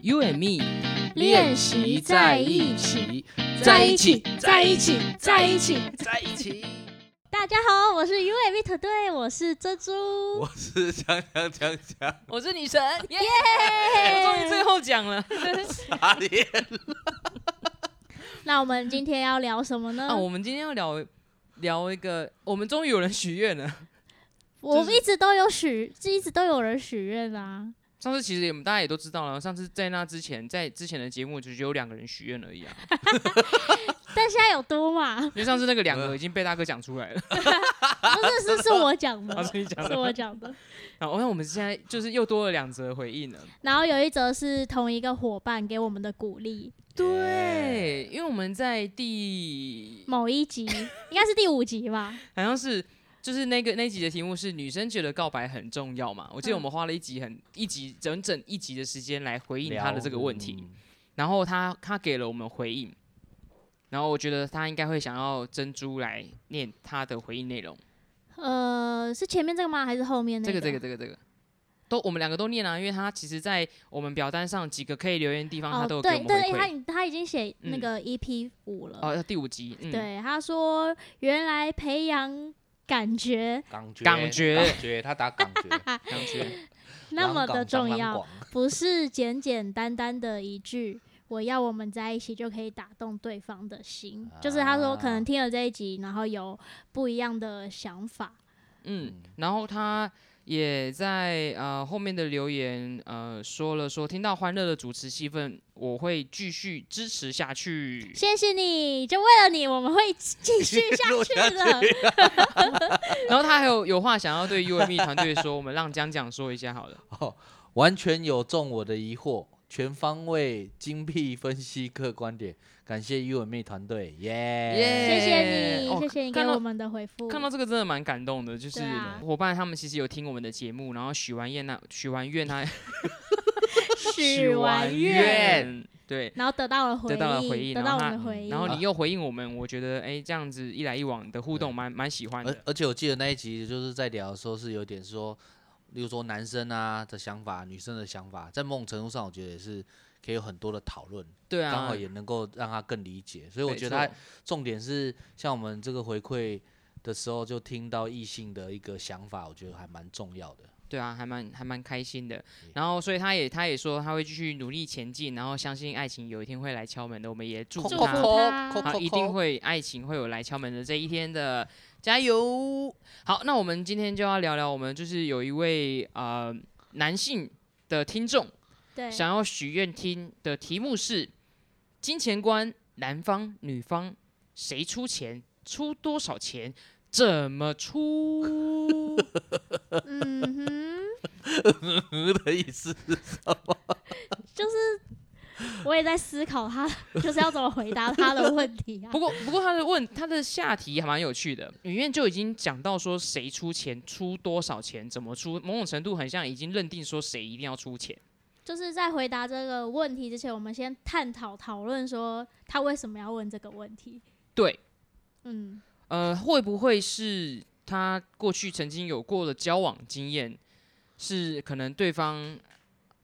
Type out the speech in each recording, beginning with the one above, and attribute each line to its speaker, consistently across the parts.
Speaker 1: You and me
Speaker 2: 练习在一起，
Speaker 1: 在一起，在一起，在一起，在一起。
Speaker 2: 大家好，我是 U A V 团队，我是珍珠
Speaker 3: 我。是锵锵锵锵，
Speaker 4: 我是女神，耶！我终于
Speaker 2: 耶！
Speaker 4: 最后讲了。
Speaker 1: 嗯
Speaker 3: 打脸！
Speaker 2: 那我们今天要聊什么呢？
Speaker 4: 啊，我们今天要聊聊一个，我们终于有人许愿了。
Speaker 2: 我
Speaker 4: 就是
Speaker 2: 一直都有许，一直都有人许愿 啊。
Speaker 4: 上次其实也大家也都知道了，上次在那之前，在之前的节目就只有两个人许愿而已啊，
Speaker 2: 但现在有多嘛？
Speaker 4: 因为上次那个 两个已经被大哥讲出来了。
Speaker 2: 不是，是是我讲
Speaker 4: 啊
Speaker 2: 的，
Speaker 4: 是你讲的
Speaker 2: 是我讲的。
Speaker 4: 然后我们现在就是又多了两则回应了。
Speaker 2: 然后有一则是同一个伙伴给我们的鼓励，
Speaker 4: 对，因为我们在第
Speaker 2: 某 一集应该是第五集吧？
Speaker 4: 好像是就是那个那一集的题目是女生觉得告白很重要嘛？我记得
Speaker 2: 嗯
Speaker 4: 我们花了一集很一集整整一集的时间来回应他的这个问题，然后他他给了我们回应，然后我觉得他应该会想要珍珠来念他的回应内容，
Speaker 2: 呃，是前面这个吗？还是后面那
Speaker 4: 这个这个这
Speaker 2: 个？
Speaker 4: 个这个。都我们两个都念啊，因为他其实，在我们表单上几个可以留言的地方，他都有
Speaker 2: 哦，
Speaker 4: 给我
Speaker 2: 对
Speaker 4: 们
Speaker 2: 对，
Speaker 4: 回
Speaker 2: 他
Speaker 4: 馈。
Speaker 2: 已他已经写那
Speaker 4: 嗯
Speaker 2: 个 EP 五了。
Speaker 4: 哦，第五集，嗯，
Speaker 2: 对，他说原来培养感觉
Speaker 3: 感觉，
Speaker 4: 港觉
Speaker 3: 港觉，他打感觉，
Speaker 4: 上去。
Speaker 2: 那么
Speaker 3: 朗
Speaker 2: 的
Speaker 3: 港
Speaker 2: 重。
Speaker 3: 张
Speaker 2: 要
Speaker 3: 朗，
Speaker 2: 不是简简单单的一句“我要我们在一起”就可以打动对方的心。就是他说可
Speaker 4: 啊
Speaker 2: 能听了这一集，然后有不一样的想法。
Speaker 4: 嗯
Speaker 3: 嗯，
Speaker 4: 然后他也在呃后面的留言呃说了说，听到欢乐的主持气氛，我会继续支持下 去。
Speaker 2: 谢谢你，就为了你，我们会 继续下
Speaker 3: 录
Speaker 2: 去
Speaker 3: 下
Speaker 2: 的。
Speaker 4: 然后他还有有话想要对 U M E 团队说，我们让江江说一下好了。
Speaker 3: 完全有中我的疑惑，全方位精辟分析各观点，感谢 U 文妹团队，耶！
Speaker 2: 谢谢
Speaker 4: 耶
Speaker 2: 你，
Speaker 4: 哦
Speaker 2: 谢谢你给
Speaker 4: 看到
Speaker 2: 我们的回复。
Speaker 4: 看到这个真的蛮感动的，就是
Speaker 2: 对啊
Speaker 4: 伙伴他们其实有听我们的节目，然后许完愿那许完愿他
Speaker 2: 许完愿，
Speaker 4: 愿，对，
Speaker 2: 然后得到了回
Speaker 4: 得到了
Speaker 2: 应，
Speaker 4: 回应
Speaker 2: 得
Speaker 4: 然
Speaker 2: 到
Speaker 4: 后
Speaker 2: 我
Speaker 4: 他
Speaker 2: 们的回应。
Speaker 4: 然后你又回应我们，我觉得哎这样子一来一往的互动蛮蛮喜欢
Speaker 3: 而
Speaker 4: 的，
Speaker 3: 而且我记得那一集就是在聊的时候是有点说，例如说男生啊的想法，女生的想法，在某种程度上我觉得也是可以有很多的讨论，
Speaker 4: 对啊，
Speaker 3: 刚好也能够让他更理解，所以我
Speaker 4: 没
Speaker 3: 觉得他
Speaker 4: 错
Speaker 3: 重点是像我们这个回馈的时候，就听到异性的一个想法，我觉得还蛮重要的。
Speaker 4: 对啊，还蛮还蛮开心的。然后，所以他也他也说他会继续努力前进，然后相信爱情有一天会来敲门的。我们也祝福
Speaker 2: 祝
Speaker 4: 他，
Speaker 2: 福他
Speaker 4: 他一定会爱情会有来敲门的这一天的，加油！好，那我们今天就要聊聊我们就是有一位呃男性的听众
Speaker 2: 对，
Speaker 4: 想要许愿听的题目是：金钱观，男方女方谁出钱，出多少钱，怎么出？
Speaker 2: 嗯哼。
Speaker 3: 的意思。
Speaker 2: 就是我也在思考他， 就是要怎么回答他的问题啊
Speaker 4: 不。过，不过他的问他的下题还蛮有趣的，里面就已经讲到说谁出钱、出多少钱、怎么出，某种程度很像已经认定说谁一定要出钱。
Speaker 2: 就是在回答这个问题之前，我们先探讨讨论说他为什么要问这个问题。
Speaker 4: 对，
Speaker 2: 嗯，
Speaker 4: 呃，会不会是他过去曾经有过的交往经验，是可能对方，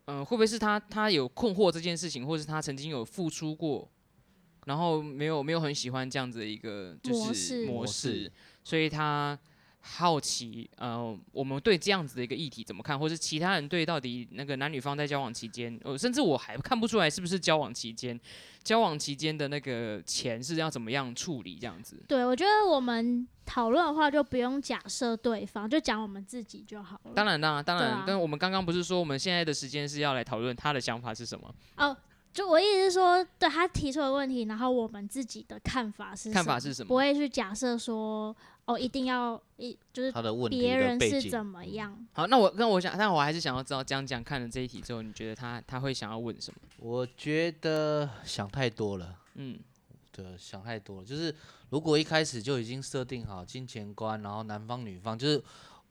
Speaker 4: 呃，会不会是他他有困惑这件事情，或是他曾经有付出过，然后没有没有很喜欢这样子的一个就是
Speaker 2: 模式
Speaker 4: 模
Speaker 3: 模
Speaker 4: 式
Speaker 3: 式，
Speaker 4: 所以他好奇，呃，我们对这样子的一个议题怎么看，或是其他人对到底那个男女方在交往期间，呃，甚至我还看不出来是不是交往期间，交往期间的那个钱是要怎么样处理这样子。
Speaker 2: 对，我觉得我们讨论的话就不用假设对方，就讲我们自己就好了。
Speaker 4: 当然，当然，当
Speaker 2: 对
Speaker 4: 然，
Speaker 2: 啊
Speaker 4: 但我们刚刚不是说我们现在的时间是要来讨论他的想法是什么，
Speaker 2: 哦，就我意思是说，对他提出的问题，然后我们自己的看法是
Speaker 4: 看法
Speaker 2: 什
Speaker 4: 是
Speaker 2: 么
Speaker 4: 什
Speaker 2: 不
Speaker 4: 么？
Speaker 2: 会去假设说哦，一定要一就是
Speaker 3: 他的问题
Speaker 2: 别
Speaker 3: 的
Speaker 2: 人
Speaker 3: 背
Speaker 2: 是
Speaker 3: 景
Speaker 2: 怎么样。
Speaker 4: 好，那我那我想，但我还是想要知道，江江看了这一题之后，你觉得他他会想要问什么？
Speaker 3: 我觉得想太多了，
Speaker 4: 嗯，
Speaker 3: 对，想太多了。就是如果一开始就已经设定好金钱观，然后男方女方，就是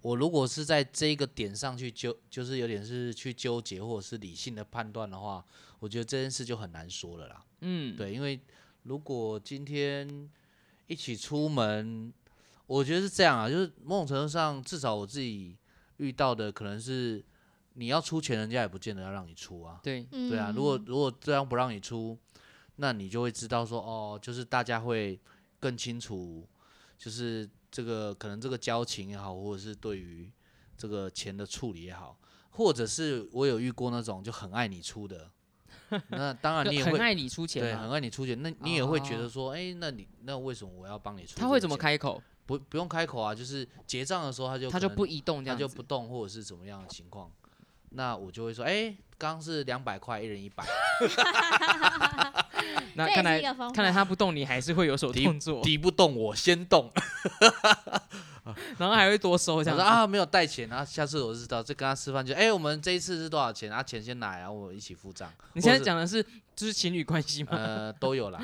Speaker 3: 我如果是在这个点上去纠，就是有点是去纠结或者是理性的判断的话，我觉得这件事就很难说了啦。
Speaker 4: 嗯，
Speaker 3: 对，因为如果今天一起出门，我觉得是这样啊，就是某种程度上，至少我自己遇到的可能是你要出钱，人家也不见得要让你出啊。
Speaker 4: 对，
Speaker 2: 嗯
Speaker 3: 对啊，如果如果这样不让你出，那你就会知道说，哦，就是大家会更清楚，就是这个可能这个交情也好，或者是对于这个钱的处理也好，或者是我有遇过那种就很爱你 出的，那当然
Speaker 4: 就
Speaker 3: 你也
Speaker 4: 很
Speaker 3: 会
Speaker 4: 爱你出钱
Speaker 3: 对
Speaker 4: 嘛
Speaker 3: 很爱你出钱，那你也会觉
Speaker 4: 哦
Speaker 3: 得说，哎、那你那为什么我要帮你出？
Speaker 4: 他会怎么？开口？
Speaker 3: 不不用开口啊，就是结账的时候他就
Speaker 4: 他
Speaker 3: 可
Speaker 4: 就
Speaker 3: 能
Speaker 4: 不移动这
Speaker 3: 他
Speaker 4: 样
Speaker 3: 就
Speaker 4: 子，
Speaker 3: 不动或者是怎么样的情况，那我就会说，哎、刚刚是两百块，一人一百。
Speaker 4: 那
Speaker 2: 这
Speaker 4: 看
Speaker 2: 也是
Speaker 4: 来
Speaker 2: 一个方法。
Speaker 4: 看来他不动，你还是会有所
Speaker 3: 敌
Speaker 4: 动 作，
Speaker 3: 敌不动我先 动，
Speaker 4: 然后还会多收这
Speaker 3: 想
Speaker 4: 样
Speaker 3: 说
Speaker 4: 子。
Speaker 3: 啊没有带钱，然后下次我就知道，再跟他吃饭就哎、我们这一次是多少钱啊？钱先来，然后我一起 付账。
Speaker 4: 你现
Speaker 3: 或
Speaker 4: 在
Speaker 3: 者
Speaker 4: 讲的是就是情侣关系吗？
Speaker 3: 呃都有啦，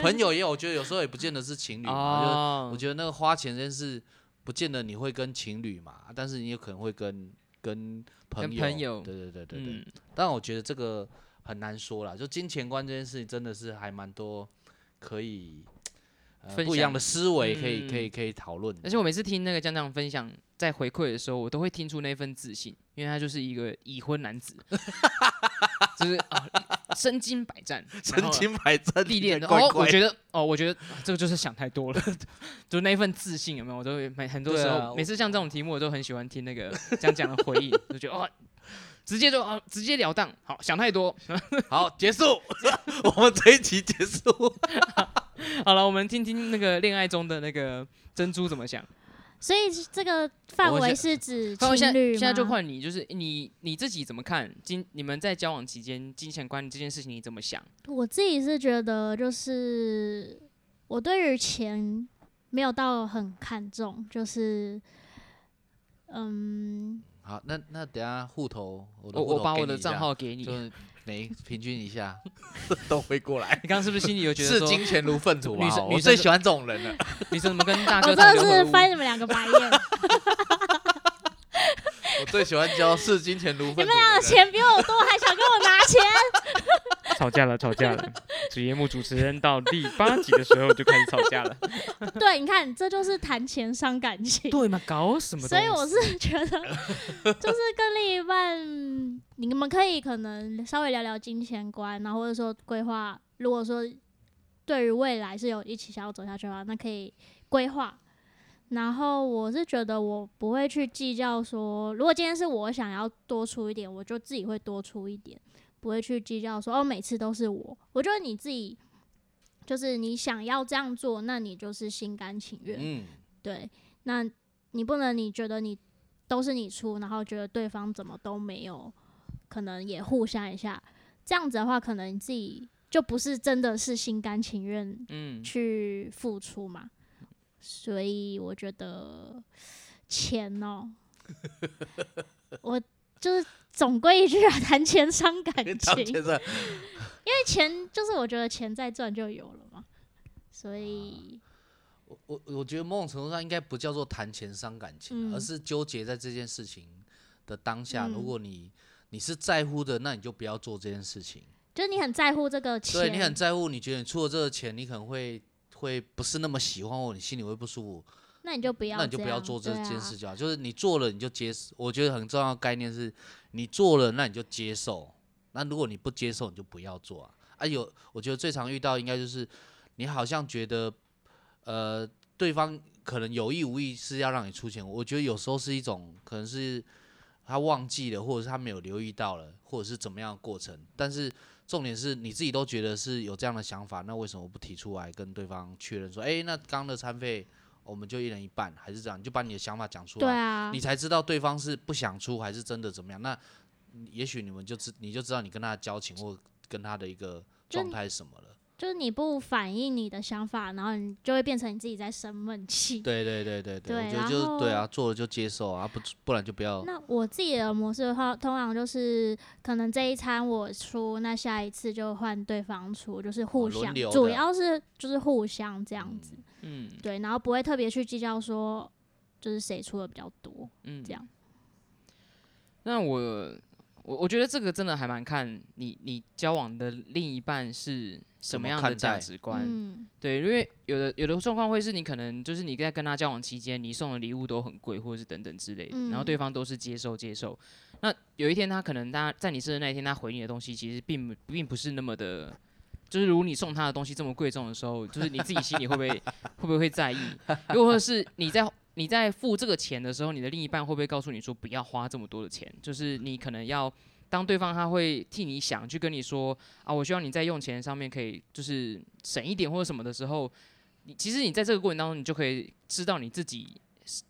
Speaker 3: 朋友也有，我觉得有时候也不见得是情侣呃嘛，就是我
Speaker 4: 哦，
Speaker 3: 觉得那个花钱真是不见得你会跟情侣嘛，但是你有可能会跟跟朋
Speaker 4: 跟
Speaker 3: 友，
Speaker 4: 朋友
Speaker 3: 对对对对对。
Speaker 4: 嗯，
Speaker 3: 但我觉得这个很难说啦，就金钱观这件事情真的是还蛮多可以。呃、
Speaker 4: 分
Speaker 3: 不一样
Speaker 4: 享
Speaker 3: 的思维可以可以
Speaker 4: 嗯
Speaker 3: 可以讨论的，
Speaker 4: 而且我每次听那个江江分享在回馈的时候，我都会听出那份自信，因为他就是一个已婚男 子，就是啊，身经百战，然
Speaker 3: 身
Speaker 4: 后
Speaker 3: 经百战，
Speaker 4: 历练的。
Speaker 3: 乖
Speaker 4: 哦，
Speaker 3: 乖
Speaker 4: 我觉得哦，我觉得啊这个就是想太多了， 就那份自信有没有？我都会每很多
Speaker 3: 对
Speaker 4: 时
Speaker 3: 啊
Speaker 4: 候，
Speaker 3: 我
Speaker 4: 每次像这种题目，我都很喜欢听那个江江的回应，就觉得哦。直接就啊，直截了当，好想太多。
Speaker 3: 好，结 束，我们这一集结束。
Speaker 4: 好了，我们听听那个恋爱中的那个珍珠怎么想。
Speaker 2: 所以这个范
Speaker 3: 我
Speaker 2: 围
Speaker 3: 现
Speaker 2: 是指
Speaker 4: 那
Speaker 2: 情
Speaker 4: 我现在
Speaker 2: 侣
Speaker 4: 现在就
Speaker 2: 吗
Speaker 4: 换你，就是你你自己怎么看金？你们在交往期间金钱观这件事情你怎么想？
Speaker 2: 我自己是觉得，就是我对于钱没有到很看重，就是嗯，
Speaker 3: 好，那那等下户头，我的
Speaker 4: 我
Speaker 3: 户
Speaker 4: 我
Speaker 3: 头
Speaker 4: 把
Speaker 3: 给
Speaker 4: 我的
Speaker 3: 你一下
Speaker 4: 账，号给你，
Speaker 3: 就是每平均一下， 都会过来。
Speaker 4: 你刚刚是不是心里有觉得
Speaker 3: 视
Speaker 4: 说
Speaker 3: 金钱如粪土
Speaker 4: 女
Speaker 3: 啊！
Speaker 4: 生
Speaker 3: 我
Speaker 4: 女
Speaker 3: 最
Speaker 4: 生
Speaker 3: 喜欢这种人了。
Speaker 4: 你怎么跟大 哥
Speaker 2: 我真
Speaker 4: 同
Speaker 2: 的
Speaker 4: 流合
Speaker 2: 是
Speaker 4: 污？
Speaker 2: 翻你们两个白眼，
Speaker 3: 我最喜欢教视金钱如粪土
Speaker 2: 他
Speaker 3: 的
Speaker 2: 的
Speaker 3: 人。
Speaker 2: 钱比我多，还想跟我拿钱，
Speaker 5: 吵架了，吵架了！节目主持人到第八集的时候就开始吵架了。
Speaker 2: 对，你看，这就是谈钱伤感情。
Speaker 4: 对嘛？搞什么东西？
Speaker 2: 所以我是觉得， 就是跟另一半，你们可以可能稍微聊聊金钱观，然后或者说规划。如果说对于未来是有一起想要走下去的话，那可以规划。然后我是觉得我不会去计较说，如果今天是我想要多出一点，我就自己会多出一点，不会去计较说哦，每次都是我。我觉得你自己就是你想要这样做，那你就是心甘情愿。
Speaker 3: 嗯，
Speaker 2: 对，那你不能你觉得你都是你出，然后觉得对方怎么都没有，可能也互相一下，这样子的话，可能你自己就不是真的是心甘情愿
Speaker 4: 嗯，
Speaker 2: 去付出嘛。所以我觉得钱哦， 我就是总归一句啊，谈钱伤感
Speaker 3: 因为
Speaker 2: 情，
Speaker 3: 当
Speaker 2: 因为
Speaker 3: 先生，
Speaker 2: 钱就是我觉得钱再赚就有了嘛，所以
Speaker 3: 啊我我我觉得某种程度上应该不叫做谈钱伤感情啊，而
Speaker 2: 嗯
Speaker 3: 是纠结在这件事情的当下。如
Speaker 2: 嗯
Speaker 3: 果你你是在乎的，那你就不要做这件事情。
Speaker 2: 就是你很在乎这个钱，
Speaker 3: 对你很在乎，你觉得你出了这个钱，你可能会会不是那么喜欢我，你心里会不舒服，
Speaker 2: 那你就不要
Speaker 3: 那
Speaker 2: 样，
Speaker 3: 你就不要做这
Speaker 2: 对
Speaker 3: 件
Speaker 2: 啊
Speaker 3: 事就好。就是你做了你就接，我觉得很重要的概念是，你做了那你就接受，那如果你不接受，你就不要做啊。啊有，我觉得最常遇到应该就是你好像觉得，呃，对方可能有意无意是要让你出钱，我觉得有时候是一种可能是他忘记了，或者是他没有留意到了，或者是怎么样的过程，但是。重点是你自己都觉得是有这样的想法，那为什么不提出来跟对方确认说，哎、那刚刚的餐费我们就一人一半，还是这样？你就把你的想法讲出
Speaker 2: 对
Speaker 3: 来，
Speaker 2: 啊，
Speaker 3: 你才知道对方是不想出还是真的怎么样。那也许你们就知你就知道你跟他的交情或跟他的一个
Speaker 2: 就
Speaker 3: 状
Speaker 2: 你
Speaker 3: 态是什么了。
Speaker 2: 就是你不反映你的想法，然后你就会变成你自己在生闷气。
Speaker 3: 对对对对
Speaker 2: 对
Speaker 3: 我觉得
Speaker 2: 然
Speaker 3: 就是对啊，
Speaker 2: 后
Speaker 3: 做了就接受啊，不不然就不要。
Speaker 2: 那我自己的模式的话，通常就是可能这一餐我出，那下一次就换对方出，就是互
Speaker 3: 哦轮
Speaker 2: 相，
Speaker 3: 流的
Speaker 2: 主要是就是互相这样子，
Speaker 4: 嗯
Speaker 2: 对，然后不会特别去计较说就是谁出的比较多，
Speaker 4: 嗯
Speaker 2: 这样。
Speaker 4: 那我我我觉得这个真的还蛮看你你交往的另一半是什
Speaker 3: 么
Speaker 4: 么样
Speaker 3: 看
Speaker 4: 的价
Speaker 3: 待
Speaker 4: 值观。
Speaker 2: 嗯，
Speaker 4: 对，因为有的有的状况会是你可能就是你在跟他交往期间，你送的礼物都很贵，或者是等等之类的，然后
Speaker 2: 嗯
Speaker 4: 对方都是接受接受。那有一天他可能他在你生日那一天，他回你的东西其实并不并不是那么的，就是如你送他的东西这么贵重的时候，就是你自己心里会不会会不会会在意？又或者是你在你在付这个钱的时候，你的另一半会不会告诉你说不要花这么多的钱？就是你可能要。当对方他会替你想，去跟你说啊，我希望你在用钱上面可以就是省一点或者什么的时候，你其实你在这个过程当中，你就可以知道你自己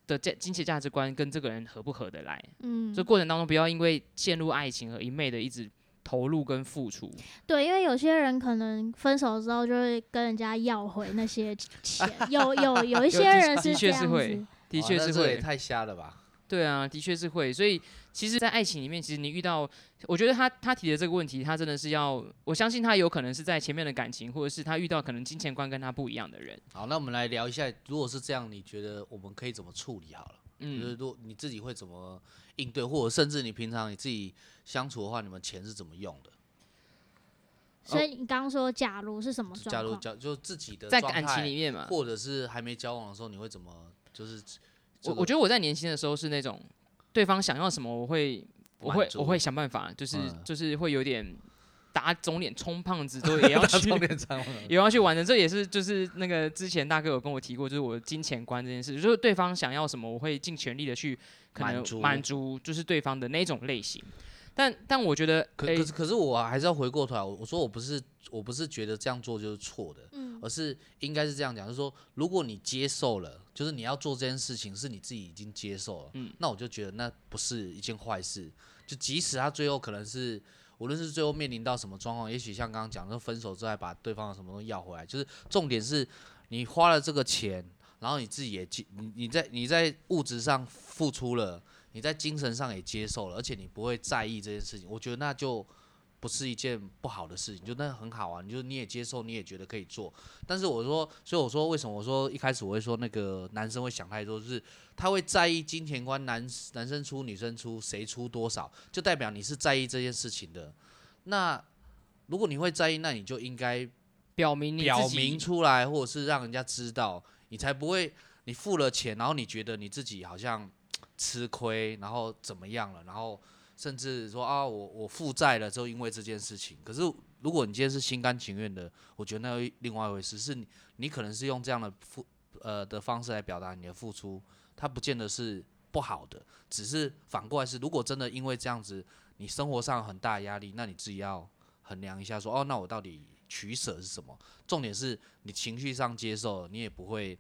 Speaker 4: 的价金钱价值观跟这个人合不合得来。
Speaker 2: 嗯
Speaker 4: 这过程当中，不要因为陷入爱情而一昧的一直投入跟付出。
Speaker 2: 对，因为有些人可能分手之后就会跟人家要回那些钱， 有有有一些
Speaker 4: 的
Speaker 2: 人
Speaker 4: 的
Speaker 2: 是
Speaker 4: 确
Speaker 2: 这样
Speaker 4: 是会
Speaker 2: 子，
Speaker 4: 的
Speaker 3: 哇
Speaker 4: 确
Speaker 3: 那
Speaker 4: 是
Speaker 3: 这个也
Speaker 4: 会，
Speaker 3: 太瞎了吧？
Speaker 4: 对啊，的确是会。所以其实，在爱情里面，其实你遇到，我觉得他他提的这个问题，他真的是要，我相信他有可能是在前面的感情，或者是他遇到可能金钱观跟他不一样的人。
Speaker 3: 好，那我们来聊一下，如果是这样，你觉得我们可以怎么处理好了？就是
Speaker 4: 嗯，
Speaker 3: 如果你自己会怎么应对，或者甚至你平常你自己相处的话，你们钱是怎么用的？
Speaker 4: 哦
Speaker 2: 所以你刚刚说，假如是什么
Speaker 3: 就假
Speaker 2: 状
Speaker 3: 如
Speaker 2: 况？
Speaker 3: 假就自己的
Speaker 4: 在
Speaker 3: 状
Speaker 4: 感情
Speaker 3: 态
Speaker 4: 里面嘛，
Speaker 3: 或者是还没交往的时候，你会怎么就是这
Speaker 4: 我
Speaker 3: 个？
Speaker 4: 我觉得我在年轻的时候是那种，对方想要什么，我会我会
Speaker 3: 满足
Speaker 4: 我会想办法，就是、
Speaker 3: 嗯
Speaker 4: 就是会有点打肿脸充胖 子，都也要去
Speaker 3: 重点掌握了
Speaker 4: 也要去玩的。这也是就是那个之前大哥有跟我提过，就是我的金钱观这件事，就是对方想要什么，我会尽全力的去可
Speaker 3: 满
Speaker 4: 能
Speaker 3: 足
Speaker 4: 满足，就是对方的那种类型。但但我觉得，哎
Speaker 3: 可
Speaker 4: 诶
Speaker 2: 哎
Speaker 3: 可是可是我还是要回过头来，我我说我不是我不是觉得这样做就是错的，
Speaker 2: 嗯
Speaker 3: 而是应该是这样讲，就是说如果你接受了，就是你要做这件事情是你自己已经接受了，
Speaker 4: 嗯
Speaker 3: 那我就觉得那不是一件坏事，就即使他最后可能是。无论是最后面临到什么状况，也许像刚刚讲的，分手之后还把对方的什么东西要回来，就是重点是你花了这个钱，然后你自己也接你你在你在物质上付出了，你在精神上也接受了，而且你不会在意这件事情，我觉得那就不是一件不好的事情，就那很好啊，你就你也接受，你也觉得可以做。但是我说，所以我说为什么我说一开始我会说那个男生会想太多，就是他会在意金钱观，男男生出女生出谁出多少，就代表你是在意这件事情的。那如果你会在意，那你就应该
Speaker 4: 表明你
Speaker 3: 表
Speaker 4: 自己
Speaker 3: 明出来，或者是让人家知道，你才不会你付了钱，然后你觉得你自己好像吃亏，然后怎么样了，然后甚至说啊，我我负债了之后，因为这件事情。可是如果你今天是心甘情愿的，我觉得那又另外一回事，是你你可能是用这样的付呃的方式来表达你的付出，它不见得是不好的，只是反过来是，如果真的因为这样子，你生活上有很大的压力，那你自己要衡量一下说哦，那我到底取舍是什么？重点是你情绪上接受了，你也不会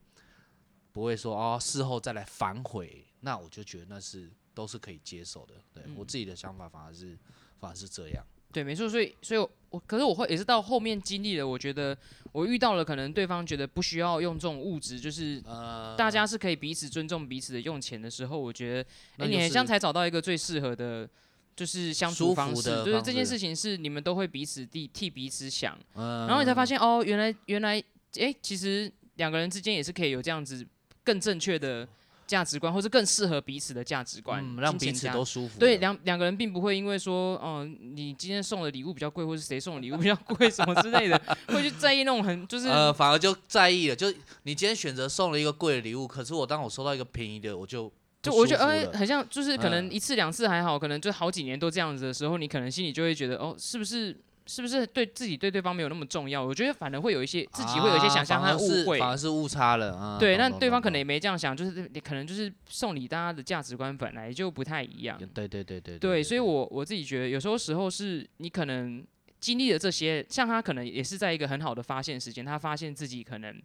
Speaker 3: 不会说哦，事后再来反悔，那我就觉得那是都是可以接受的。对、
Speaker 4: 嗯
Speaker 3: 我自己的想法反而是反而是这样，
Speaker 4: 对，没错，所以所以我，我可是我会也是到后面经历了，我觉得我遇到了可能对方觉得不需要用这种物质，就是
Speaker 3: 呃，
Speaker 4: 大家是可以彼此尊重彼此的用钱的时候，我觉得，
Speaker 3: 那
Speaker 4: 哎、你
Speaker 3: 就
Speaker 4: 很像
Speaker 3: 是
Speaker 4: 才找到一个最适合的，就是相
Speaker 3: 舒
Speaker 4: 处
Speaker 3: 服
Speaker 4: 方式，
Speaker 3: 的
Speaker 4: 就是
Speaker 3: 方
Speaker 4: 这件
Speaker 3: 式
Speaker 4: 事情是你们都会彼此替替彼此想，
Speaker 3: 呃，
Speaker 4: 然后你才发现哦，原来原来，哎、其实两个人之间也是可以有这样子更正确的价值观，或是更适合彼此的价值观，
Speaker 3: 嗯，让
Speaker 4: 金
Speaker 3: 彼
Speaker 4: 钱
Speaker 3: 此
Speaker 4: 价
Speaker 3: 都舒服的。
Speaker 4: 对，两两个人并不会因为说，嗯、你今天送的礼物比较贵，或是谁送的礼物比较贵什么之类的，会去在意那种很就是、
Speaker 3: 呃，反而就在意了。就你今天选择送了一个贵的礼物，可是我当我收到一个便宜的，我就
Speaker 4: 就
Speaker 3: 不
Speaker 4: 我
Speaker 3: 舒
Speaker 4: 觉得，
Speaker 3: 服
Speaker 4: 哎、
Speaker 3: 了
Speaker 4: 很像就是可能
Speaker 3: 嗯
Speaker 4: 一次两次还好，可能就好几年都这样子的时候，你可能心里就会觉得，哦，是不是是不是对自己对对方没有那么重要？我觉得反而会有一些自己会有一些
Speaker 3: 啊
Speaker 4: 想象
Speaker 3: 反
Speaker 4: 和
Speaker 3: 而是
Speaker 4: 误会。
Speaker 3: 反而是误差了。啊、
Speaker 4: 对，
Speaker 3: 懂
Speaker 4: 那
Speaker 3: 懂
Speaker 4: 对
Speaker 3: 懂
Speaker 4: 方可
Speaker 3: 懂
Speaker 4: 能也没这样想，就是呃可能就是送礼，大家的价值观本来就不太一样。
Speaker 3: 对对对对
Speaker 4: 对，所以我我自己觉得，有时候时候是你可能经历了这些，像他可能也是在一个很好的发现时间，他发现自己可能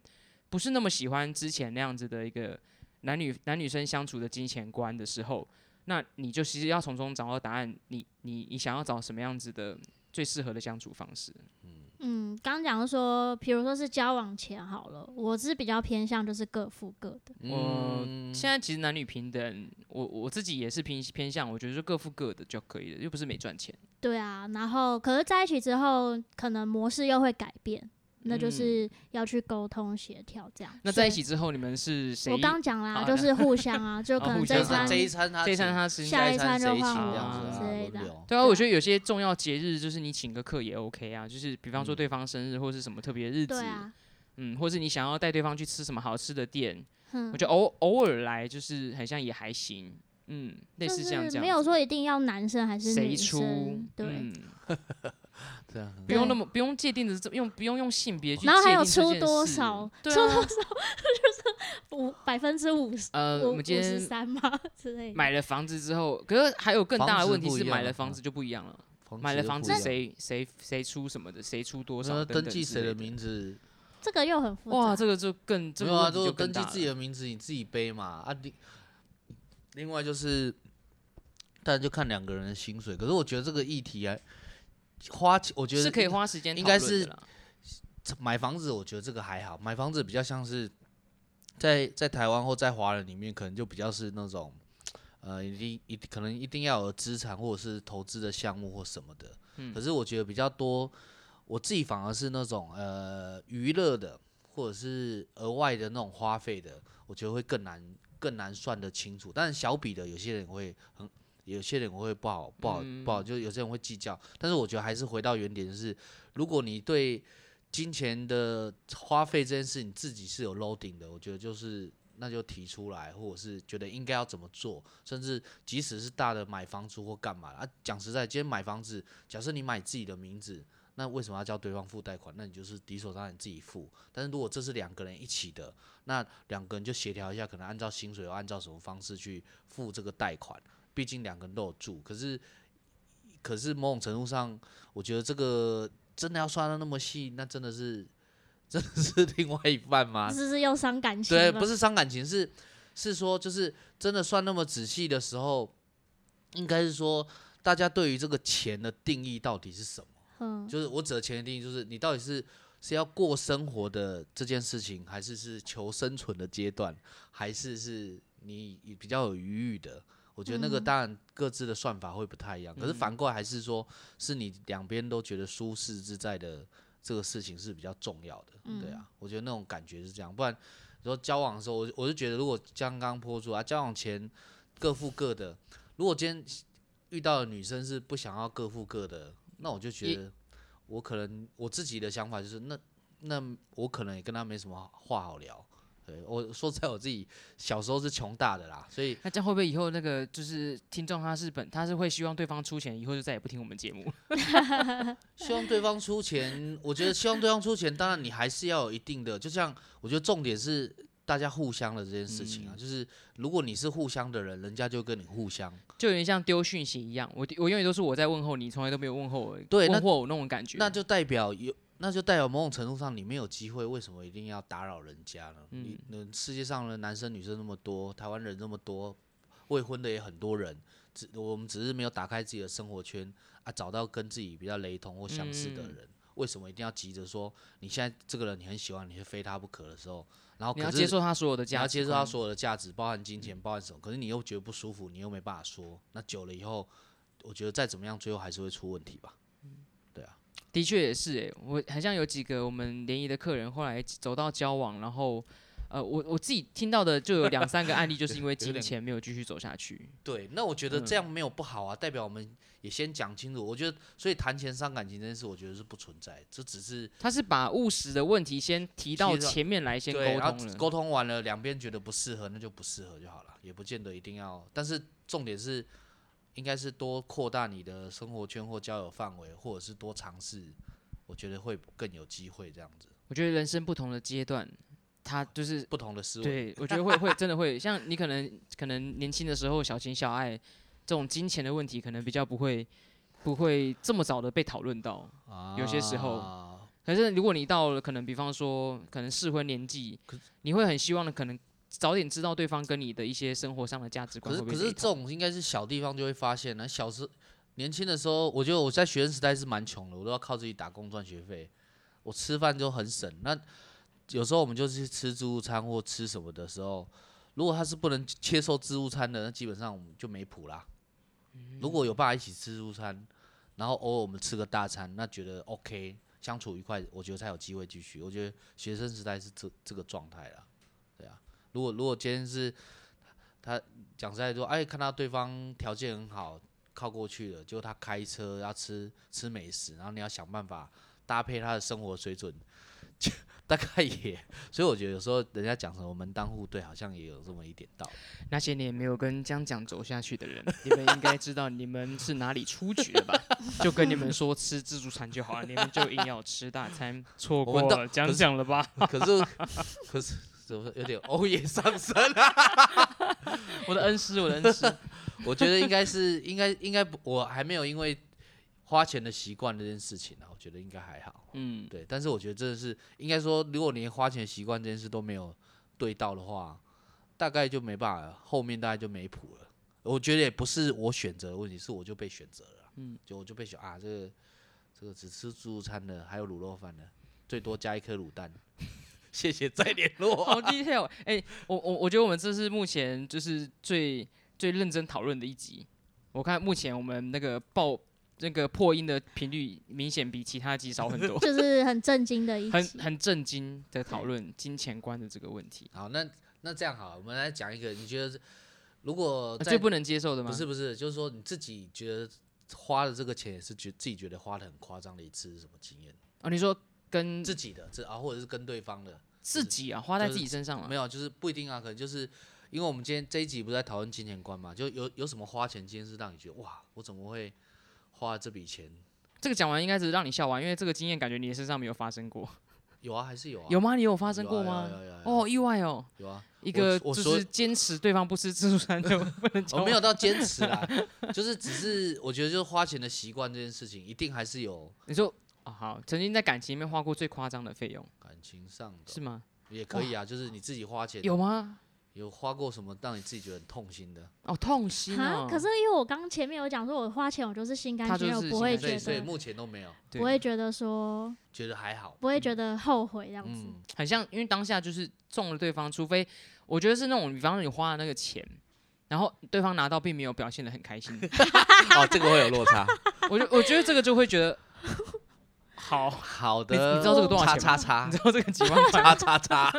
Speaker 4: 不是那么喜欢之前那样子的一个男女男女生相处的金钱观的时候，那你就其实要从中找到答案，你你你想要找什么样子的最适合的相处方式？
Speaker 2: 嗯，刚讲说，比如说是交往前好了，我是比较偏向就是各付各的，
Speaker 4: 嗯我
Speaker 3: 嗯
Speaker 4: 现在其实男女平等，我我自己也是偏偏向，我觉得就各付各的就可以了，又不是没赚钱。
Speaker 2: 对啊。然后可是在一起之后，可能模式又会改变，那就是要去沟通协调这样。
Speaker 4: 嗯那在一
Speaker 2: 所以
Speaker 4: 起之后，你们是谁？
Speaker 2: 我刚讲啦，
Speaker 4: 好
Speaker 2: 就
Speaker 4: 的
Speaker 2: 是 互相啊，就
Speaker 4: 哦
Speaker 2: 可能
Speaker 4: 互
Speaker 2: 这一
Speaker 4: 相啊
Speaker 2: 餐
Speaker 3: 这一餐他
Speaker 4: 这一餐
Speaker 3: 请
Speaker 4: 他吃，
Speaker 2: 下
Speaker 3: 下
Speaker 2: 一餐
Speaker 3: 餐谁
Speaker 2: 就
Speaker 3: 请
Speaker 2: 换
Speaker 3: 这
Speaker 4: 我
Speaker 3: 样子
Speaker 4: 啊
Speaker 3: 啊
Speaker 2: 之类的
Speaker 3: 轮流
Speaker 4: 对啊，我觉
Speaker 2: 对
Speaker 4: 得有些重要节日，就是你请个客也 OK 啊，就是比方说
Speaker 3: 嗯
Speaker 4: 对方生日或是什么特别日子
Speaker 2: 对，啊，
Speaker 4: 嗯，或是你想要带对方去吃什么好吃的店，
Speaker 2: 嗯
Speaker 4: 我，觉得偶偶尔来就是很像也还行，嗯，类
Speaker 2: 就
Speaker 4: 似像这
Speaker 2: 是
Speaker 4: 样，
Speaker 2: 没有说一定要男生还是
Speaker 4: 谁
Speaker 2: 女
Speaker 4: 出
Speaker 2: 生，，对。
Speaker 4: 嗯，
Speaker 3: 这样很
Speaker 4: 不
Speaker 2: 对
Speaker 4: 用那么不用界定的这用不用用性别去，
Speaker 2: 然后还有出多少，
Speaker 4: 对
Speaker 2: 出
Speaker 4: 啊
Speaker 2: 多少就是五百分之五十，
Speaker 4: 呃，
Speaker 2: 五
Speaker 4: 我
Speaker 2: 五
Speaker 4: 们今
Speaker 2: 十
Speaker 4: 天
Speaker 2: 三嘛 之类的。
Speaker 4: 买了房子之后，可是还有更大
Speaker 3: 房
Speaker 4: 的
Speaker 3: 子
Speaker 4: 问题
Speaker 3: 不
Speaker 4: 是
Speaker 3: 一
Speaker 4: 买
Speaker 3: 样
Speaker 4: 了
Speaker 3: 了
Speaker 4: 房
Speaker 3: 嗯
Speaker 4: 子就不一样了，
Speaker 3: 房
Speaker 4: 买了房
Speaker 3: 子
Speaker 4: 子
Speaker 3: 就不一样
Speaker 4: 谁谁谁出什么的，谁出多
Speaker 3: 那
Speaker 4: 少，
Speaker 3: 登
Speaker 4: 等等
Speaker 3: 记
Speaker 4: 之
Speaker 3: 谁
Speaker 4: 类
Speaker 3: 的名字？
Speaker 2: 这个又很复杂。
Speaker 4: 哇，这个就更这
Speaker 3: 没
Speaker 4: 个
Speaker 3: 有啊，
Speaker 4: 问题
Speaker 3: 都
Speaker 4: 就是更
Speaker 3: 登记
Speaker 4: 大
Speaker 3: 自己
Speaker 4: 了
Speaker 3: 的名字，你自己背嘛啊。 另另外就是，但就看两个人的薪水。可是我觉得这个议题啊，花钱我觉得
Speaker 4: 是可以
Speaker 3: 应
Speaker 4: 花时间
Speaker 3: 应
Speaker 4: 讨
Speaker 3: 该
Speaker 4: 论的
Speaker 3: 是
Speaker 4: 啦
Speaker 3: 买房子，我觉得这个还好。买房子比较像是在在台湾或在华人里面，可能就比较是那种呃，一定一可能一定要有资产或者是投资的项目或什么的。
Speaker 4: 嗯
Speaker 3: 可是我觉得比较多，我自己反而是那种呃娱乐的或者是额外的那种花费的，我觉得会更难更难算得清楚。但是小笔的有些人会很。有些人会不好，不好，不好，
Speaker 4: 嗯
Speaker 3: 就是有些人会计较。但是我觉得还是回到原点，就是如果你对金钱的花费这件事，你自己是有 loading 的，我觉得就是那就提出来，或者是觉得应该要怎么做，甚至即使是大的买房租或干嘛啊，讲实在，今天买房子，假设你买自己的名字，那为什么要叫对方付贷款？那你就是理所当然自己付。但是如果这是两个人一起的，那两个人就协调一下，可能按照薪水或按照什么方式去付这个贷款，毕竟两个人都有住，可是。可是某种程度上，我觉得这个真的要算的那么细，那真的是真的是另外一半
Speaker 4: 啊
Speaker 3: 吗？
Speaker 2: 是不是又伤感情
Speaker 3: 对，
Speaker 2: 了？
Speaker 3: 不是伤感情，是是说就是真的算那么仔细的时候，应该是说大家对于这个钱的定义到底是什么？
Speaker 2: 嗯，
Speaker 3: 就是我指的钱的定义，就是你到底是是要过生活的这件事情，还是是求生存的阶段，还是是你比较有余裕的？我觉得那个
Speaker 2: 嗯，
Speaker 3: 当然各自的算法会不太一样，可是
Speaker 4: 嗯
Speaker 3: 反过来还是说，是你两边都觉得舒适自在的这个事情是比较重要的，对啊，我觉得那种感觉是这样，不然你说交往的时候，我我就觉得如果刚刚泼出啊，交往前各付各的，如果今天遇到的女生是不想要各付各的，那我就觉
Speaker 4: 也
Speaker 3: 得我可能我自己的想法就是，那那我可能也跟她没什么话好聊。对我说实在我自己小时候是穷大的啦，所以
Speaker 4: 那这样会不会以后那个就是听众他是本他是会希望对方出钱，以后就再也不听我们节目？
Speaker 3: 希望对方出钱，我觉得希望对方出钱，当然你还是要有一定的，就像我觉得重点是大家互相的这件事情啊，就是如果你是互相的人，人家就跟你互相。
Speaker 4: 就有点像丢讯息一样，我我永远都是我在问候你，从来都没有问候我，
Speaker 3: 对那
Speaker 4: 问候我那种感觉。
Speaker 3: 那就代表有，那就代表某种程度上你没有机会，为什么一定要打扰人家呢？
Speaker 4: 嗯
Speaker 3: 你那世界上的男生女生那么多，台湾人那么多，未婚的也很多人，只我们只是没有打开自己的生活圈啊，找到跟自己比较雷同或相似的
Speaker 4: 嗯
Speaker 3: 人。为什么一定要急着说你现在这个人你很喜欢，你是非他不可的时候，然后
Speaker 4: 你
Speaker 3: 哦可
Speaker 4: 要
Speaker 3: 是
Speaker 4: 接受他所有的
Speaker 3: 你要
Speaker 4: 价值
Speaker 3: 接
Speaker 4: 观，嗯
Speaker 3: 受他所有的价值，包含金钱，包含什么，可是你又觉得不舒服，你又没办法说，那久了以后，我觉得再怎么样，最后还是会出问题吧。对啊。
Speaker 4: 的确也是诶、欸我好像有几个我们联谊的客人后来走到交往，然后呃，我我自己听到的就有两三个案例，就是因为
Speaker 3: 有
Speaker 4: 金
Speaker 3: 点
Speaker 4: 钱没有继续走下去。
Speaker 3: 对，那我觉
Speaker 4: 嗯
Speaker 3: 得这样没有不好啊，代表我们也先讲清楚。我觉得，所以谈钱伤感情这件事，我觉得是不存在，这只是
Speaker 4: 他是把务实的问题先提到
Speaker 3: 提到
Speaker 4: 前面来，先沟
Speaker 3: 对，然
Speaker 4: 通
Speaker 3: 后
Speaker 4: 了。
Speaker 3: 沟通完了，两边觉得不适合，那就不适合就好了，也不见得一定要。但是重点是，应该是多扩大你的生活圈或交友范围，或者是多尝试，我觉得会更有机会这样子。
Speaker 4: 我觉得人生不同的阶段，他就是
Speaker 3: 不同的思维，
Speaker 4: 对，我觉得会会真的会， 像你可能可能年轻的时候小情小爱这种金钱的问题，可能比较不会不会这么早的被讨论到。有些时候
Speaker 3: 啊
Speaker 4: 可是如果你到了可能比方说可能适婚年纪，你会很希望的可能早点知道对方跟你的一些生活上的价值
Speaker 3: 可
Speaker 4: 观
Speaker 3: 是
Speaker 4: 会不
Speaker 3: 可
Speaker 4: 会
Speaker 3: 是
Speaker 4: 雷
Speaker 3: 这
Speaker 4: 同
Speaker 3: 种应该是小地方就会发现呢、小时年轻的时候，我觉得我在学生时代是蛮穷的，我都要靠自己打工赚学费，我吃饭就很省。那有时候我们就是去吃自助餐或吃什么的时候，如果他是不能接受自助餐的，那基本上我们就没谱啦。如果有办法一起吃自助餐，然后偶尔我们吃个大餐，那觉得 OK。相处愉快，我觉得才有机会继续。我觉得学生时代是这这个状态啦，对啊。如果如果今天是他讲实在说，哎，看到对方条件很好，靠过去了，结果他开车要吃吃美食，然后你要想办法搭配他的生活水准，就 大概也，所以我觉得有时候人家讲什么门当户对，好像也有这么一点道理。
Speaker 4: 那些年没有跟江讲走下去的人，你们应该知道你们是哪里出局了吧？就跟你们说吃自助餐就好了，你们就硬要吃大餐，
Speaker 5: 错
Speaker 3: 我们
Speaker 5: 过
Speaker 3: 到
Speaker 5: 了讲
Speaker 3: 可是
Speaker 5: 讲了吧？
Speaker 3: 可是可是怎么说有点 欧耶上身啊？
Speaker 4: 我的恩师，我的恩师，
Speaker 3: 我觉得应该是应该应该不，我还没有因为花钱的习惯这件事情啊，我觉得应该还好。
Speaker 4: 嗯，
Speaker 3: 对，但是我觉得真的是应该说，如果连花钱习惯这件事都没有对到的话，大概就没办法，后面大概就没谱了。我觉得也不是我选择的问题，是我就被选择了。嗯
Speaker 4: 嗯，
Speaker 3: 就我就被选啊，这个这个只吃自助餐的，还有卤肉饭的，最多加一颗卤蛋。 谢谢，再联 络。
Speaker 4: 好 detail，哎、我我我觉得我们这是目前就是最最认真讨论的一集。我看目前我们那个爆那个破音的频率明显比其他集少很多
Speaker 2: 就是很震惊的一
Speaker 4: 很
Speaker 2: 集。
Speaker 4: 很震惊的讨论金钱观的这个问题，
Speaker 3: 好，那那这样好了，我们来讲一个，你觉得是如果
Speaker 4: 啊
Speaker 3: 在
Speaker 4: 最不能接受的吗？
Speaker 3: 不是不是，就是说你自己觉得花的这个钱也是觉自己觉得花的很夸张的一次是什么经验？
Speaker 4: 哦，你说跟
Speaker 3: 自己的这啊，或者是跟对方的，
Speaker 4: 自己啊，花在
Speaker 3: 就
Speaker 4: 自
Speaker 3: 是
Speaker 4: 己身上了
Speaker 3: 没。有，就是不一定啊，可能就是因为我们今天这一集不是在讨论金钱观嘛，就有有什么花钱今天是让你觉得哇，我怎么会花这笔钱？
Speaker 4: 这个讲完应该只是让你笑完，因为这个经验感觉你身上没有发生过，
Speaker 3: 有啊，还是有啊，
Speaker 4: 有吗？你有发
Speaker 3: 有
Speaker 4: 生
Speaker 3: 啊
Speaker 4: 过
Speaker 3: 有
Speaker 4: 吗
Speaker 3: 啊？有啊有啊有啊
Speaker 4: 哦，意外哦，
Speaker 3: 有啊，
Speaker 4: 一个
Speaker 3: 我
Speaker 4: 就
Speaker 3: 说
Speaker 4: 是坚持对方不吃自助餐就不能交
Speaker 3: 我
Speaker 4: 往
Speaker 3: 没有到坚持啦，就是只是我觉得就是花钱的习惯这件事情，一定还是有
Speaker 4: 你 说啊、好，曾经在感情里面花过最夸张的费用
Speaker 3: 感情上的，
Speaker 4: 是吗？
Speaker 3: 也可以啊，就是你自己花钱
Speaker 4: 有吗？
Speaker 3: 有花过什么让你自己觉得很痛心的？
Speaker 4: 哦，痛心
Speaker 2: 哈
Speaker 4: 哦。
Speaker 2: 可是因为我刚前面有讲说，我花钱我就是心甘
Speaker 4: 他
Speaker 2: 情愿，
Speaker 4: 就
Speaker 2: 我
Speaker 4: 是
Speaker 2: 不
Speaker 4: 心
Speaker 2: 会
Speaker 4: 甘
Speaker 3: 所
Speaker 2: 觉
Speaker 3: 以所以
Speaker 2: 得
Speaker 3: 目前都没有，
Speaker 4: 对嗯
Speaker 2: 不会觉得说
Speaker 3: 觉得还好。
Speaker 2: 不会觉得后悔这样子。
Speaker 3: 嗯，
Speaker 4: 很像，因为当下就是中了对方，除非我觉得是那种，比方说你花了那个钱，然后对方拿到并没有表现的很开心，
Speaker 3: 哦，这个会有落差。
Speaker 4: 我就我觉得这个就会觉得 好，
Speaker 3: 好
Speaker 4: 你
Speaker 3: 的，
Speaker 4: 你知道这个多少钱吗
Speaker 3: 叉叉
Speaker 4: 你知道这个几 万块，
Speaker 3: 叉叉叉叉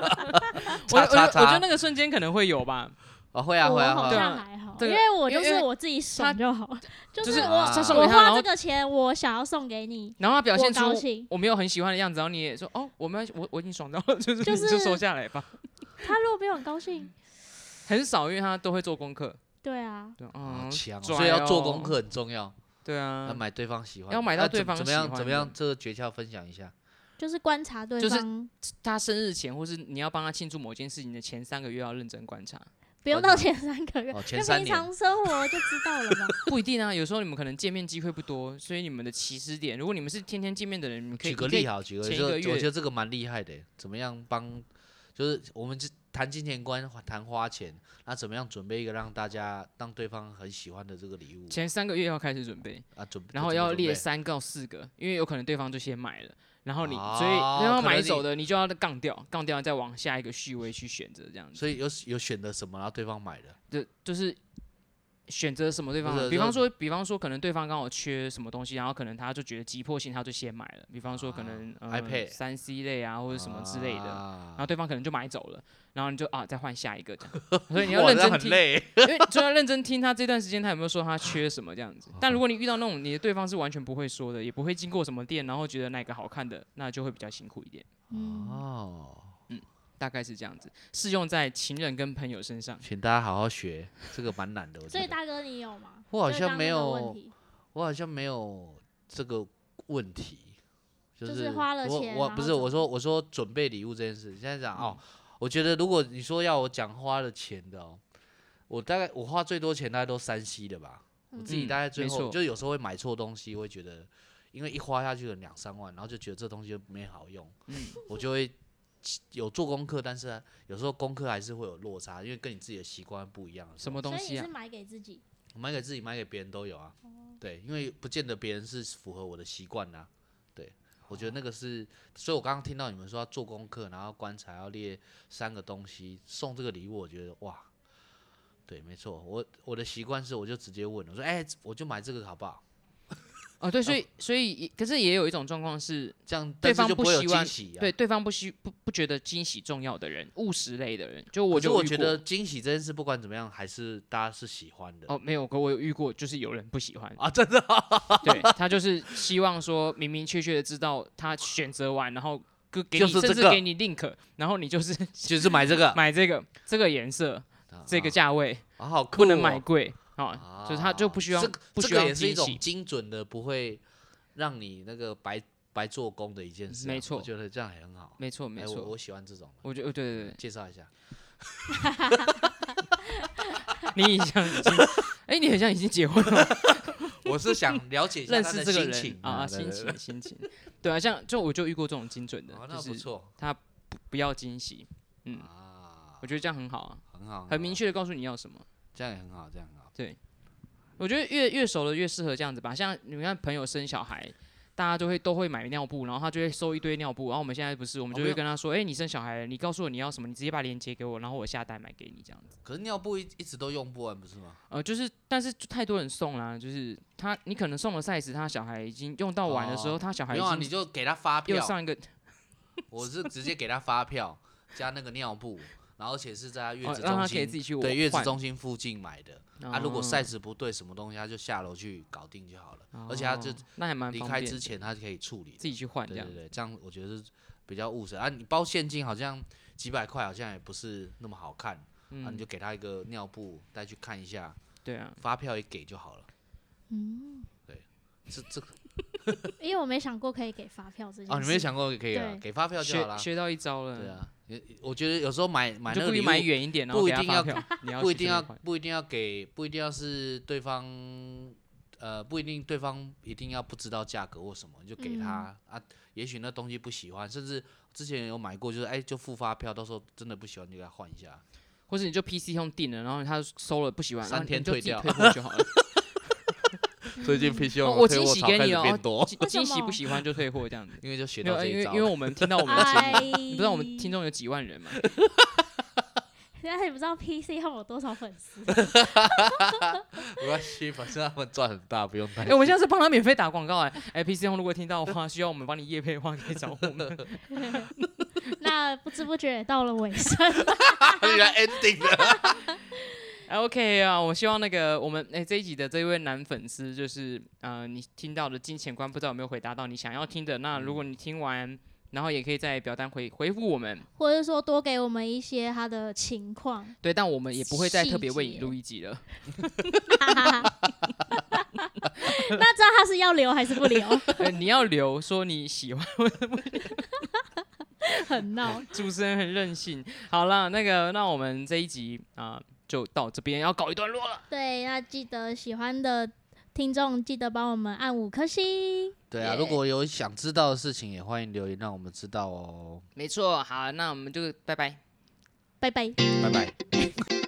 Speaker 4: 我我
Speaker 3: 叉
Speaker 4: 觉得
Speaker 3: 叉
Speaker 4: 我觉得
Speaker 3: 叉
Speaker 4: 那。个瞬间可能会有吧，
Speaker 3: 哦，会啊会啊
Speaker 2: 我好
Speaker 3: 会啊。
Speaker 2: 像还好，
Speaker 4: 对
Speaker 2: 因为我就
Speaker 4: 因为
Speaker 2: 是我自己
Speaker 4: 他
Speaker 2: 爽就好，就
Speaker 4: 就是是啊
Speaker 2: 我
Speaker 4: 他送
Speaker 2: 我
Speaker 4: 给他，然
Speaker 2: 花这
Speaker 4: 后
Speaker 2: 个钱，我想要送给你，
Speaker 4: 然后他表
Speaker 2: 我
Speaker 4: 现
Speaker 2: 高
Speaker 4: 出
Speaker 2: 兴。
Speaker 4: 我没有很喜欢的样子，然后你也说哦，我们我我已经爽到了， 就是
Speaker 2: 就
Speaker 4: 你
Speaker 2: 是
Speaker 4: 收下来吧，
Speaker 2: 他如果没有很高
Speaker 4: 嗯
Speaker 2: 兴，
Speaker 4: 很少，因为他都会做功课，
Speaker 2: 对啊，
Speaker 4: 对，
Speaker 3: 好
Speaker 4: 嗯，
Speaker 3: 强哦，
Speaker 4: 拽
Speaker 3: 所以要做
Speaker 4: 哦
Speaker 3: 功课很重要，
Speaker 4: 对
Speaker 3: 要
Speaker 4: 啊，
Speaker 3: 买对方喜欢的，
Speaker 4: 要买到
Speaker 3: 那怎
Speaker 4: 对方
Speaker 3: 怎么样
Speaker 4: 喜欢
Speaker 3: 怎么样
Speaker 4: 的？
Speaker 3: 这个诀窍分享一下。
Speaker 2: 就是观察对
Speaker 4: 就是
Speaker 2: 方，
Speaker 4: 他生日前或是你要帮他庆祝某件事情的前三个月要认真观察，
Speaker 2: 不用到前三个月，
Speaker 3: 哦，
Speaker 2: 就
Speaker 3: 前三
Speaker 2: 平
Speaker 3: 年
Speaker 2: 常生活就知道了嘛。
Speaker 4: 不一定啊，有时候你们可能见面机会不多，所以你们的起始点，如果你们是天天见面的人，你们可以
Speaker 3: 举个
Speaker 4: 你可以
Speaker 3: 例好，举个
Speaker 4: 前
Speaker 3: 例，
Speaker 4: 一
Speaker 3: 就
Speaker 4: 个
Speaker 3: 我
Speaker 4: 月
Speaker 3: 觉得这个蛮厉害的耶，怎么样帮，就是我们就谈金钱观、谈花钱，那怎么样准备一个让大家让对方很喜欢的这个礼物
Speaker 4: 前三个月要开始准备，
Speaker 3: 啊？准，
Speaker 4: 然后
Speaker 3: 怎么
Speaker 4: 要
Speaker 3: 准
Speaker 4: 列
Speaker 3: 备
Speaker 4: 三到四个，因为有可能对方就先买了，然后你、
Speaker 3: 哦
Speaker 4: 所以然后
Speaker 3: 可能
Speaker 4: 买
Speaker 3: 你
Speaker 4: 走的你就要杠掉，杠掉再往下一个序位去选择这样子，
Speaker 3: 所以有有选择什么，然后对方买的，
Speaker 4: 就就是选择什么对方
Speaker 3: 不是
Speaker 4: 买，比
Speaker 3: 就
Speaker 4: 方说比方说可能对方刚好缺什么东西，然后可能他就觉得急迫性，他就先买了，比方说可能、
Speaker 3: 啊
Speaker 4: 呃
Speaker 3: iPad
Speaker 4: 三 C 类啊或者什么之类的。
Speaker 3: 啊
Speaker 4: 然后对方可能就买走了，然后你就啊再换下一个这 样，所以你要
Speaker 3: 哇
Speaker 4: 认
Speaker 3: 这
Speaker 4: 真
Speaker 3: 很
Speaker 4: 听，
Speaker 3: 累，
Speaker 4: 因为就要认真听他这段时间他有没有说他缺什么这样 子。但如果你遇到那种你的对方是完全不会说的，也不会经过什么店，然后觉得哪个好看的，那就会比较辛苦一点。
Speaker 2: 嗯，
Speaker 3: 哦，
Speaker 4: 大概是这样子，适用在情人跟朋友身上。
Speaker 3: 请大家好好学，这个蛮难的。我
Speaker 2: 所
Speaker 3: 觉
Speaker 2: 以
Speaker 3: 得
Speaker 2: 大哥你有吗？
Speaker 3: 我好
Speaker 2: 就是
Speaker 3: 像
Speaker 2: 刚
Speaker 3: 没
Speaker 2: 那个
Speaker 3: 有
Speaker 2: 问题
Speaker 3: 我好像没有这个问题，就
Speaker 2: 就是是花了钱
Speaker 3: 我我
Speaker 2: 然
Speaker 3: 不
Speaker 2: 后
Speaker 3: 是我
Speaker 2: 怎嗯
Speaker 3: 说我说准备礼物这件事，现在讲哦，我觉得如果你说要我讲花了钱的哦，我大概我花最多钱大概都山西的吧，我自己
Speaker 4: 嗯
Speaker 3: 大概最
Speaker 4: 没
Speaker 3: 后
Speaker 4: 错
Speaker 3: 就有时候会买错东西，会觉得因为一花下去了两三万，然后就觉得这东西没好用，
Speaker 4: 嗯
Speaker 3: 我就会有做功课，但是有时候功课还是会有落差，因为跟你自己的习惯不一样的时
Speaker 4: 什
Speaker 3: 候。
Speaker 4: 么
Speaker 2: 所
Speaker 4: 东
Speaker 2: 以你
Speaker 4: 西
Speaker 2: 是
Speaker 4: 啊？
Speaker 2: 买给自己，
Speaker 3: 我买给自己，买给别人都有啊。对，因为不见得别人是符合我的习惯呐。对，我觉得那个是，所以我刚刚听到你们说要做功课，然后观察，要列三个东西送这个礼物，我觉得哇，对，没错，我我的习惯是，我就直接问我说，哎、我就买这个好不好？
Speaker 4: 哦，对，所以所以可是也有一种状况是，
Speaker 3: 这样
Speaker 4: 对
Speaker 3: 但是
Speaker 4: 方
Speaker 3: 就
Speaker 4: 不
Speaker 3: 会有
Speaker 4: 希望
Speaker 3: 惊喜啊。
Speaker 4: 对，对方不希不不觉得惊喜重要的人，务实类的人，就
Speaker 3: 可
Speaker 4: 我
Speaker 3: 是
Speaker 4: 就
Speaker 3: 我
Speaker 4: 遇
Speaker 3: 觉
Speaker 4: 过
Speaker 3: 得惊喜这件事，不管怎么样，还是大家是喜欢的。
Speaker 4: 哦没有，可我有遇过，就是有人不喜欢，
Speaker 3: 啊，真的 啊、
Speaker 4: 对他就是希望说明明确确的知道他选择完，然后给给你、
Speaker 3: 就是这
Speaker 4: 甚至
Speaker 3: 个
Speaker 4: 给你 link，然后你就是
Speaker 3: 就是买这个，
Speaker 4: 买这个这个颜色这个
Speaker 3: 啊
Speaker 4: 价位，
Speaker 3: 啊好酷、哦，
Speaker 4: 不能买贵啊
Speaker 3: 啊，，
Speaker 4: 就是他就不希望、
Speaker 3: 这个
Speaker 4: 不
Speaker 3: 这
Speaker 4: 希
Speaker 3: 个
Speaker 4: 望
Speaker 3: 也是一
Speaker 4: 惊
Speaker 3: 种
Speaker 4: 喜。
Speaker 3: 精准的，不会让你那个白白做工的一件事啊、
Speaker 4: 没
Speaker 3: 我
Speaker 4: 错
Speaker 3: 觉得这样也很好。
Speaker 4: 没错没
Speaker 3: 哎
Speaker 4: 错，
Speaker 3: 我我喜欢这种的，
Speaker 4: 我觉得哦对对对，
Speaker 3: 介绍一下。
Speaker 4: 你很像已经，哎、你很像已经结婚了，
Speaker 3: 我是想了解一下
Speaker 4: 认
Speaker 3: 他
Speaker 4: 识
Speaker 3: 的
Speaker 4: 这个
Speaker 3: 心
Speaker 4: 人
Speaker 3: 情
Speaker 4: 啊
Speaker 3: 嗯
Speaker 4: 啊，
Speaker 3: 对
Speaker 4: 心
Speaker 3: 对对
Speaker 4: 情心情， 对啊，像就我就遇过这种精准的，
Speaker 3: 哦，那
Speaker 4: 就
Speaker 3: 不
Speaker 4: 是
Speaker 3: 错
Speaker 4: 不要惊喜，嗯，
Speaker 3: 啊
Speaker 4: 我，觉得这样很好啊，
Speaker 3: 很好，
Speaker 4: 很明
Speaker 3: 好，
Speaker 4: 确的告诉你要什么。
Speaker 3: 这样也很好，这样很好。
Speaker 4: 我觉得越越熟的越适合这样子吧，像你们看朋友生小孩。大家都会都会买尿布，然后他就会收一堆尿布，然后我们现在不是，我们
Speaker 3: 哦
Speaker 4: 就
Speaker 3: 没
Speaker 4: 会
Speaker 3: 有
Speaker 4: 跟他说，哎、你生小孩了，你告诉我你要什么，你直接把链接给我，然后我下单买给你这样子。
Speaker 3: 可是尿布一一直都用不完，不是吗？
Speaker 4: 呃，就是，但是就太多人送啦，就是他，你可能送了 size，他小孩已经用到完的时候，
Speaker 3: 哦
Speaker 4: 他小孩
Speaker 3: 没
Speaker 4: 已
Speaker 3: 有啊，你
Speaker 4: 经
Speaker 3: 就给他发
Speaker 4: 又
Speaker 3: 票，
Speaker 4: 上一个
Speaker 3: 我是直接给他发票 加那个尿布，然后而且是在他月
Speaker 4: 哦
Speaker 3: 子
Speaker 4: 让
Speaker 3: 中
Speaker 4: 他可以自
Speaker 3: 心，
Speaker 4: 己去
Speaker 3: 对月子
Speaker 4: 换
Speaker 3: 中心附近买的。啊，如果
Speaker 4: 哦
Speaker 3: size 不对，什么东西他就下楼去搞定就好了。而且他就
Speaker 4: 哦那还蛮
Speaker 3: 离
Speaker 4: 方
Speaker 3: 开
Speaker 4: 便
Speaker 3: 之前
Speaker 4: 的
Speaker 3: 他就可以处理的，
Speaker 4: 自己去换这
Speaker 3: 对
Speaker 4: 样
Speaker 3: 对。对，这样我觉得是比较务实啊。你包现金好像几百块，好像也不是那么好看啊，
Speaker 4: 嗯
Speaker 3: 你就给他一个尿布带去看一下，
Speaker 4: 对啊，
Speaker 3: 发票也给就好了。
Speaker 2: 嗯，
Speaker 3: 这这个
Speaker 2: 因为我没想过可以给发票这件事。
Speaker 3: 啊，你没有想过可以啊，
Speaker 2: 对
Speaker 3: 给发票就好
Speaker 4: 学
Speaker 3: 了。
Speaker 4: 学到一招了。
Speaker 3: 对，啊，也我觉得有时候买买
Speaker 4: 就
Speaker 3: 那个
Speaker 4: 故意
Speaker 3: 礼
Speaker 4: 买
Speaker 3: 物，
Speaker 4: 远一点，然后
Speaker 3: 不
Speaker 4: 给
Speaker 3: 一
Speaker 4: 他
Speaker 3: 定
Speaker 4: 发
Speaker 3: 要
Speaker 4: 票你要
Speaker 3: 不一
Speaker 4: 去随
Speaker 3: 定
Speaker 4: 便
Speaker 3: 要
Speaker 4: 换
Speaker 3: 不一定要给，不一定要是对方，呃，不一定对方一定要不知道价格或什么，你就给他、
Speaker 4: 嗯
Speaker 3: 啊。也许那东西不喜欢，甚至之前有买过，就是哎，就付发票，到时候真的不喜欢就给他换 一下。
Speaker 4: 或者你就 PC Home 订了，然后他收了不喜欢，然后
Speaker 3: 三天
Speaker 4: 你就
Speaker 3: 退
Speaker 4: 自己
Speaker 3: 掉
Speaker 4: 退货就 好了。
Speaker 3: 最近必须
Speaker 4: 哦我惊喜给你了，哦惊
Speaker 2: 为什
Speaker 4: 惊喜
Speaker 2: 么
Speaker 4: 不喜欢就退货这样子。
Speaker 3: 因为就 学
Speaker 4: 没
Speaker 3: 到
Speaker 4: 有，
Speaker 3: 这
Speaker 4: 因
Speaker 3: 一
Speaker 4: 为
Speaker 3: 招
Speaker 4: 因为我们听到我们的节目，
Speaker 2: 哎，
Speaker 4: 你不知道我们听众有几万人嘛？
Speaker 2: 现在也不知道 PC 后有多少粉丝，
Speaker 3: 没关系，反正他们赚很大，不用担
Speaker 4: 哎，我们现在是帮他免费打广告哎。哎，PC Home 如果听到的话，需要我们帮你业配的话，可以找我们。
Speaker 2: 那不知不觉也到了尾声。
Speaker 3: 心。原来 ending 了，
Speaker 4: 哎 OK 啊，我希望那个我们哎、这一集的这位男粉丝，就是呃你听到的金钱观，不知道有没有回答到你想要听的。那
Speaker 2: 嗯
Speaker 4: 如果你听完，然后也可以在表单回回复我们。
Speaker 2: 或者说多给我们一些他的情况。
Speaker 4: 对，但我们也不会再
Speaker 2: 细
Speaker 4: 特别为你
Speaker 2: 节
Speaker 4: 录一集了。
Speaker 2: 那知道他是要留还是不留，
Speaker 4: 呃你要留说你喜欢，
Speaker 2: 很闹。
Speaker 4: 主持人很任性。 好了，那个那我们这一集啊、就到这边要搞一段落了。
Speaker 2: 对，那记得喜欢的听众记得帮我们按五颗星。
Speaker 3: 对啊，如果有想知道的事情，也欢迎留言让我们知道哦。
Speaker 4: 没错，好，那我们就拜拜。
Speaker 2: 拜拜。
Speaker 3: 拜拜。